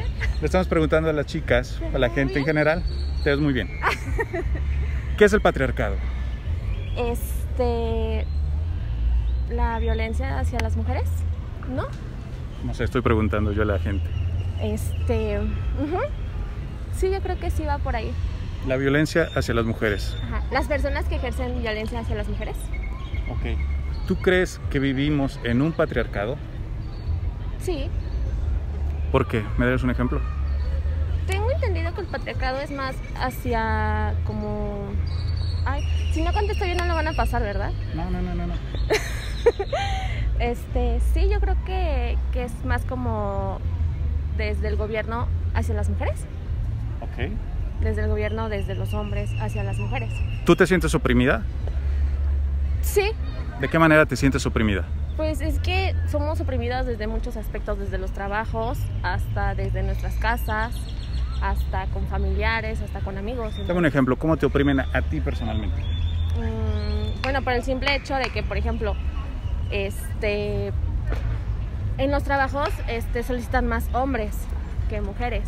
Le estamos preguntando a las chicas, a la gente en general. Te ves muy bien. ¿Qué es el patriarcado? Este. La violencia hacia las mujeres, ¿no? No sé, estoy preguntando yo a la gente. Este. ujú. Sí, yo creo que sí va por ahí. La violencia hacia las mujeres. Ajá. Las personas que ejercen violencia hacia las mujeres. Ok. ¿Tú crees que vivimos en un patriarcado? Sí. ¿Por qué? ¿Me das un ejemplo? Tengo entendido que el patriarcado es más hacia como. Ay, si no contesto bien no lo van a pasar, ¿verdad? No, no, no, no. no. Este, sí, yo creo que, que es más como desde el gobierno hacia las mujeres. Ok. Desde el gobierno, desde los hombres hacia las mujeres. ¿Tú te sientes oprimida? Sí, ¿De qué manera te sientes oprimida? Pues es que somos oprimidas desde muchos aspectos, desde los trabajos, hasta desde nuestras casas, hasta con familiares, hasta con amigos. Dame un ejemplo, ¿cómo te oprimen a, a ti personalmente? Mm, bueno, por el simple hecho de que, por ejemplo, este, en los trabajos este, solicitan más hombres que mujeres.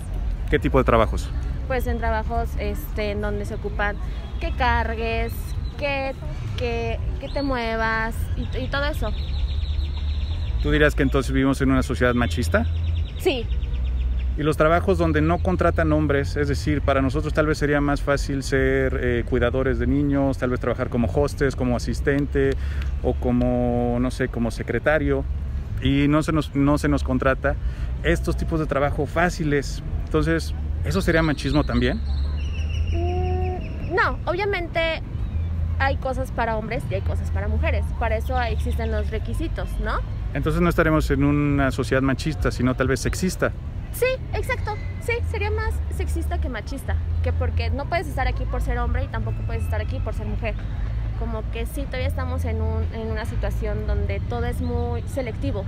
¿Qué tipo de trabajos? Pues en trabajos este, en donde se ocupan que cargues, que, que, que te muevas y- y todo eso. ¿Tú dirías que entonces vivimos en una sociedad machista? Sí, Y los trabajos donde no contratan hombres, es decir, para nosotros tal vez sería más fácil ser eh, cuidadores de niños, tal vez trabajar como hostes, como asistente o como, no sé, como secretario. Y no se nos, no se nos contrata estos tipos de trabajo fáciles. Entonces, ¿eso sería machismo también? Mm, No, obviamente hay cosas para hombres y hay cosas para mujeres. Para eso existen los requisitos, ¿no? Entonces no estaremos en una sociedad machista, sino tal vez sexista. Sí, exacto. Sí, sería más sexista que machista. Que porque no puedes estar aquí por ser hombre y tampoco puedes estar aquí por ser mujer. Como que sí, todavía estamos en, un- en una situación donde todo es muy selectivo.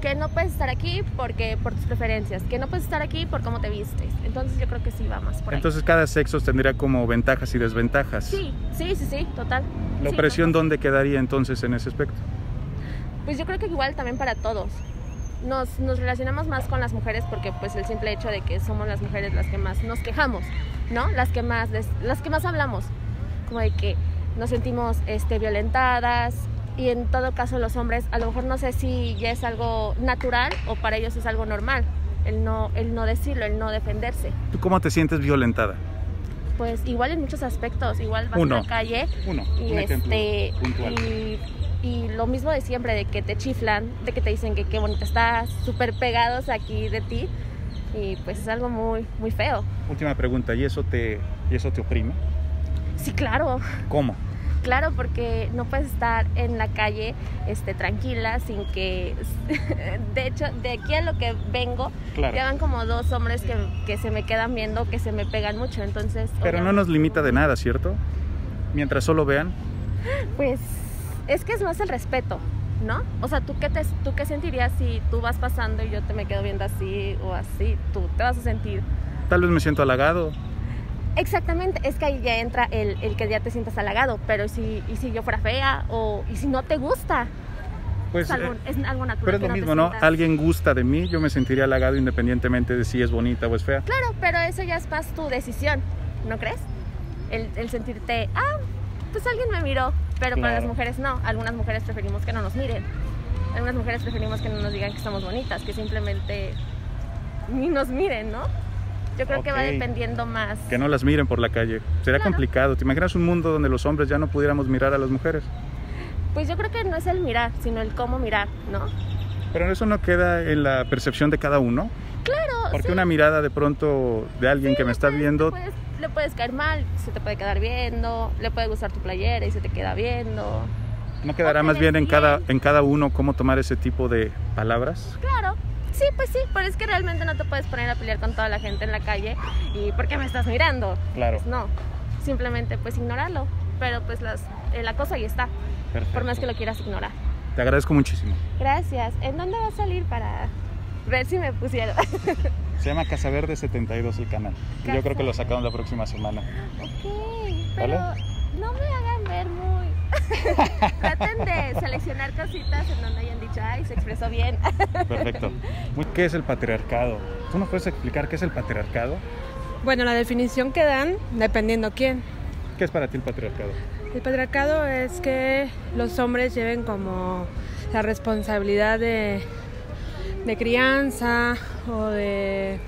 Que no puedes estar aquí porque por tus preferencias. Que no puedes estar aquí por cómo te vistes. Entonces yo creo que sí va más por ahí. Entonces cada sexo tendría como ventajas y desventajas. sí, sí, sí, sí, total. ¿La Sí, opresión dónde quedaría entonces en ese aspecto? Pues yo creo que igual también para todos. Nos, nos relacionamos más con las mujeres porque pues el simple hecho de que somos las mujeres las que más nos quejamos, ¿no? Las que más, des- las que más hablamos, como de que nos sentimos este, violentadas y en todo caso los hombres, a lo mejor no sé si ya es algo natural o para ellos es algo normal, el no, el no decirlo, el no defenderse. ¿Tú cómo te sientes violentada? Pues igual en muchos aspectos, igual vas Uno. a la calle Uno, y este y, y lo mismo de siempre de que te chiflan de que te dicen que qué bonita estás súper pegados aquí de ti y pues es algo muy muy feo Última pregunta, ¿y eso te, y eso te oprime? sí claro ¿Cómo? claro porque no puedes estar en la calle este tranquila sin que de hecho de aquí a lo que vengo ya van como dos hombres que, que se me quedan viendo que se me pegan mucho entonces Pero no nos limita de nada, ¿cierto? Mientras solo vean, Pues es que es más el respeto, ¿no? O sea, ¿tú qué, te, ¿tú qué sentirías si tú vas pasando y yo te me quedo viendo así o así? Tú te vas a sentir. tal vez me siento halagado. Exactamente, es que ahí ya entra el, el que ya te sientas halagado, pero ¿y si, y si yo fuera fea o y si no te gusta? Pues, Es algo, eh, es algo natural. pero es que lo te mismo, ¿no? sientas- Alguien gusta de mí, yo me sentiría halagado independientemente de si es bonita o es fea. Claro, pero eso ya es más tu decisión, ¿no crees? El, el sentirte, ah, pues alguien me miró, pero para las Claro. mujeres no. Algunas mujeres preferimos que no nos miren. Algunas mujeres preferimos que no nos digan que somos bonitas, que simplemente ni nos miren, ¿no? Yo creo que va Ok. dependiendo más. Que no las miren por la calle. Sería Claro. complicado. ¿Te imaginas un mundo donde los hombres ya no pudiéramos mirar a las mujeres? Pues yo creo que no es el mirar, sino el cómo mirar, ¿no? Pero eso no queda en la percepción de cada uno. Pero Porque sí, una mirada de pronto de alguien que me está viendo, puedes- le puedes caer mal, se te puede quedar viendo, le puede gustar tu playera y se te queda viendo. ¿no quedará te más ves bien en bien. cada, en cada uno cómo tomar ese tipo de palabras? Claro, sí, pues sí, pero es que realmente no te puedes poner a pelear con toda la gente en la calle y ¿por qué me estás mirando? Claro. Pues no, simplemente pues ignorarlo, pero pues las, eh, la cosa ahí está, por más que lo quieras ignorar. Te agradezco muchísimo. Gracias, ¿en dónde va a salir para ver si me pusieron? Se llama Casa Verde 72 el canal. Y Yo creo que Casa lo sacamos la próxima semana. ok, pero ¿Vale? no me hagan ver muy... Traten de seleccionar cositas en donde hayan dicho, ay, se expresó bien. Perfecto. Muy- ¿Qué es el patriarcado? ¿Tú nos puedes explicar qué es el patriarcado? Bueno, la definición que dan, dependiendo quién. ¿Qué es para ti el patriarcado? El patriarcado es que los hombres lleven como la responsabilidad de, de crianza o de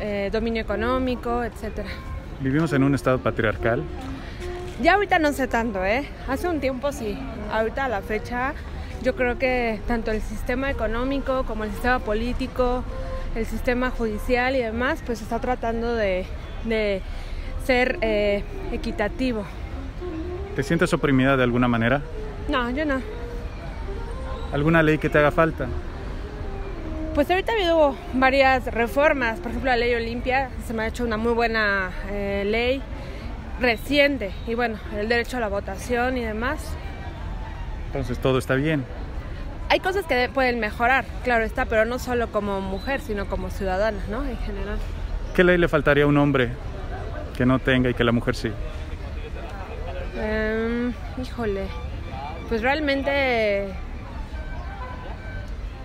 eh, dominio económico, etcétera. Vivimos en un estado patriarcal. Ya ahorita no sé tanto, ¿eh? Hace un tiempo sí. Ahorita a la fecha yo creo que tanto el sistema económico como el sistema político, el sistema judicial y demás, pues está tratando de, de ser eh, equitativo. ¿Te sientes oprimida de alguna manera? No, yo no. ¿Alguna ley que te haga falta? Pues ahorita ha habido varias reformas, por ejemplo la ley Olimpia, se me ha hecho una muy buena eh, ley reciente y bueno, el derecho a la votación y demás. Entonces todo está bien. Hay cosas que de- pueden mejorar, claro está, pero no solo como mujer, sino como ciudadana, ¿no? En general. ¿Qué ley le faltaría a un hombre que no tenga y que la mujer sí? Em, híjole, pues realmente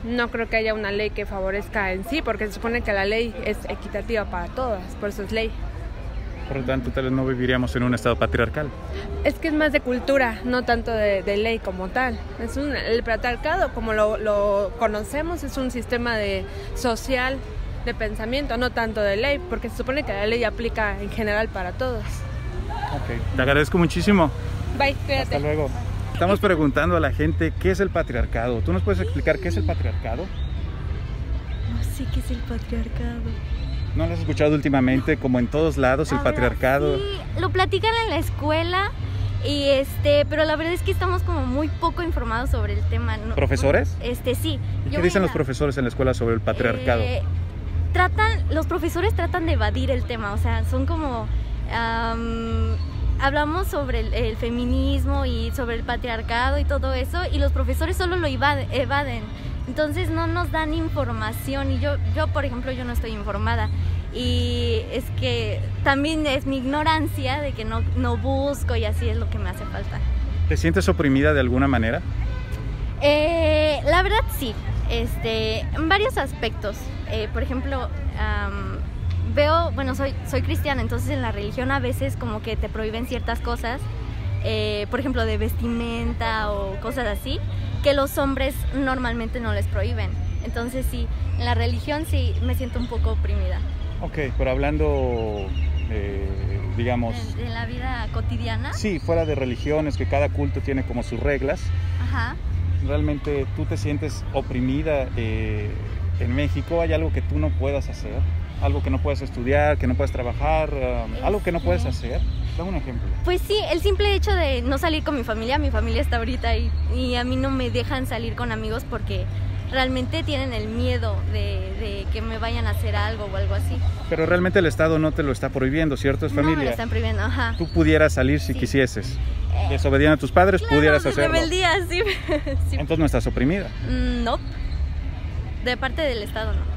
no creo que haya una ley que favorezca en sí, porque se supone que la ley es equitativa para todas, por eso es ley. Por lo tanto, tal vez no viviríamos en un estado patriarcal. Es que es más de cultura, no tanto de, de ley como tal. Es un, el patriarcado, como lo, lo conocemos, es un sistema de social de pensamiento, no tanto de ley, porque se supone que la ley aplica en general para todos. Te agradezco muchísimo. Bye, cuídate. Hasta luego. Estamos preguntando a la gente qué es el patriarcado. ¿Tú nos puedes explicar qué es el patriarcado? No sé qué es el patriarcado. ¿No lo has escuchado últimamente como en todos lados el A ver, patriarcado? sí, lo platican en la escuela y este, pero la verdad es que estamos como muy poco informados sobre el tema. ¿no? ¿Profesores? Este, sí. ¿Y Yo qué voy dicen a- los profesores en la escuela sobre el patriarcado? Eh, tratan, los profesores tratan de evadir el tema, o sea, son como... am, hablamos sobre el, el feminismo y sobre el patriarcado y todo eso, y los profesores solo lo eva- evaden. Entonces no nos dan información y yo, yo, por ejemplo, yo no estoy informada. Y es que también es mi ignorancia de que no, no busco y así es lo que me hace falta. ¿Te sientes oprimida de alguna manera? Eh, la verdad sí, este, en varios aspectos. Eh, por ejemplo, am, veo, bueno, soy, soy cristiana, entonces en la religión a veces como que te prohíben ciertas cosas, eh, por ejemplo, de vestimenta o cosas así, que los hombres normalmente no les prohíben. Entonces sí, en la religión sí me siento un poco oprimida. Ok, pero hablando, eh, digamos, En, en la vida cotidiana, sí, fuera de religiones, que cada culto tiene como sus reglas, ajá. ¿realmente tú te sientes oprimida eh, en México? ¿Hay algo que tú no puedas hacer? ¿Algo que no puedes estudiar, que no puedes trabajar? um, ¿Algo que no puedes hacer? Dame un ejemplo. Pues sí, el simple hecho de no salir con mi familia, mi familia está ahorita y, y a mí no me dejan salir con amigos porque realmente tienen el miedo de, de que me vayan a hacer algo o algo así. Pero realmente el Estado no te lo está prohibiendo, ¿cierto? Es No me lo familia. están prohibiendo, ajá. Tú pudieras salir si Sí. quisieses. Eh, Desobediente a tus padres, claro, pudieras de hacerlo. rebeldía, sí. sí. Entonces no estás oprimida. Mm, no, de parte del Estado no.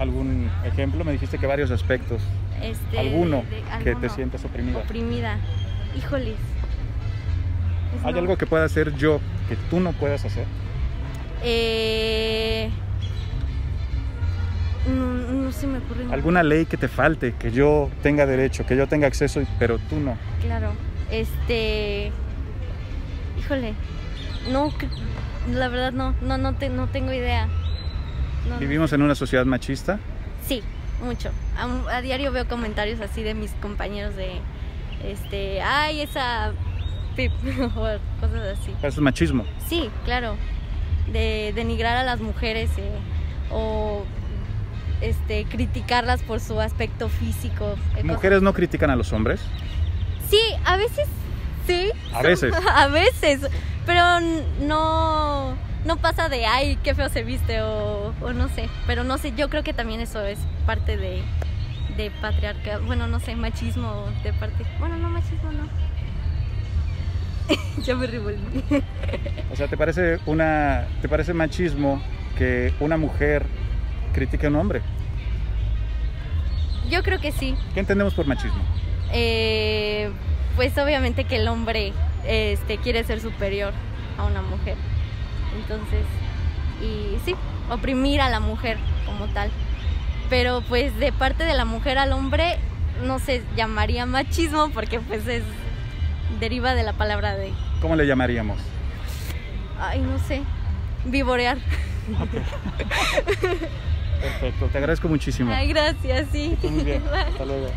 ¿Algún ejemplo? Me dijiste que varios aspectos. Este, ¿Alguno de- que te alguno. sientas oprimida? oprimida? Híjoles. Pues ¿Hay no. algo que pueda hacer yo que tú no puedas hacer? Eh, no, no se me ocurre. nada. ¿Alguna ley que te falte, que yo tenga derecho, que yo tenga acceso, y- pero tú no? Claro, este, híjole, no, cre- la verdad no, no, no, te, no tengo idea. No, no. Vivimos en una sociedad machista. Sí, mucho. A, a diario veo comentarios así de mis compañeros de, este, ay, esa pip, o cosas así. Eso es machismo. Sí, claro, de denigrar a las mujeres eh, o, este, criticarlas por su aspecto físico. eh, cosas- ¿Mujeres no critican a los hombres? Sí, a veces, sí. A veces. A veces, pero no, no pasa de, ay, qué feo se viste o, o no sé, pero no sé, yo creo que también eso es parte de, de patriarca, bueno, no sé, machismo de parte, bueno, no machismo, no. ya me revolví. O sea, ¿te parece, una, ¿te parece machismo que una mujer critique a un hombre? Yo creo que sí, ¿Qué entendemos por machismo? eh, pues obviamente que el hombre este, quiere ser superior a una mujer. Entonces, y sí, oprimir a la mujer como tal. Pero pues de parte de la mujer al hombre no se llamaría machismo porque pues es deriva de la palabra de, ¿Cómo le llamaríamos? ay no sé, vivorear. Perfecto, te agradezco muchísimo. Ay, gracias, sí. Muy bien, hasta luego.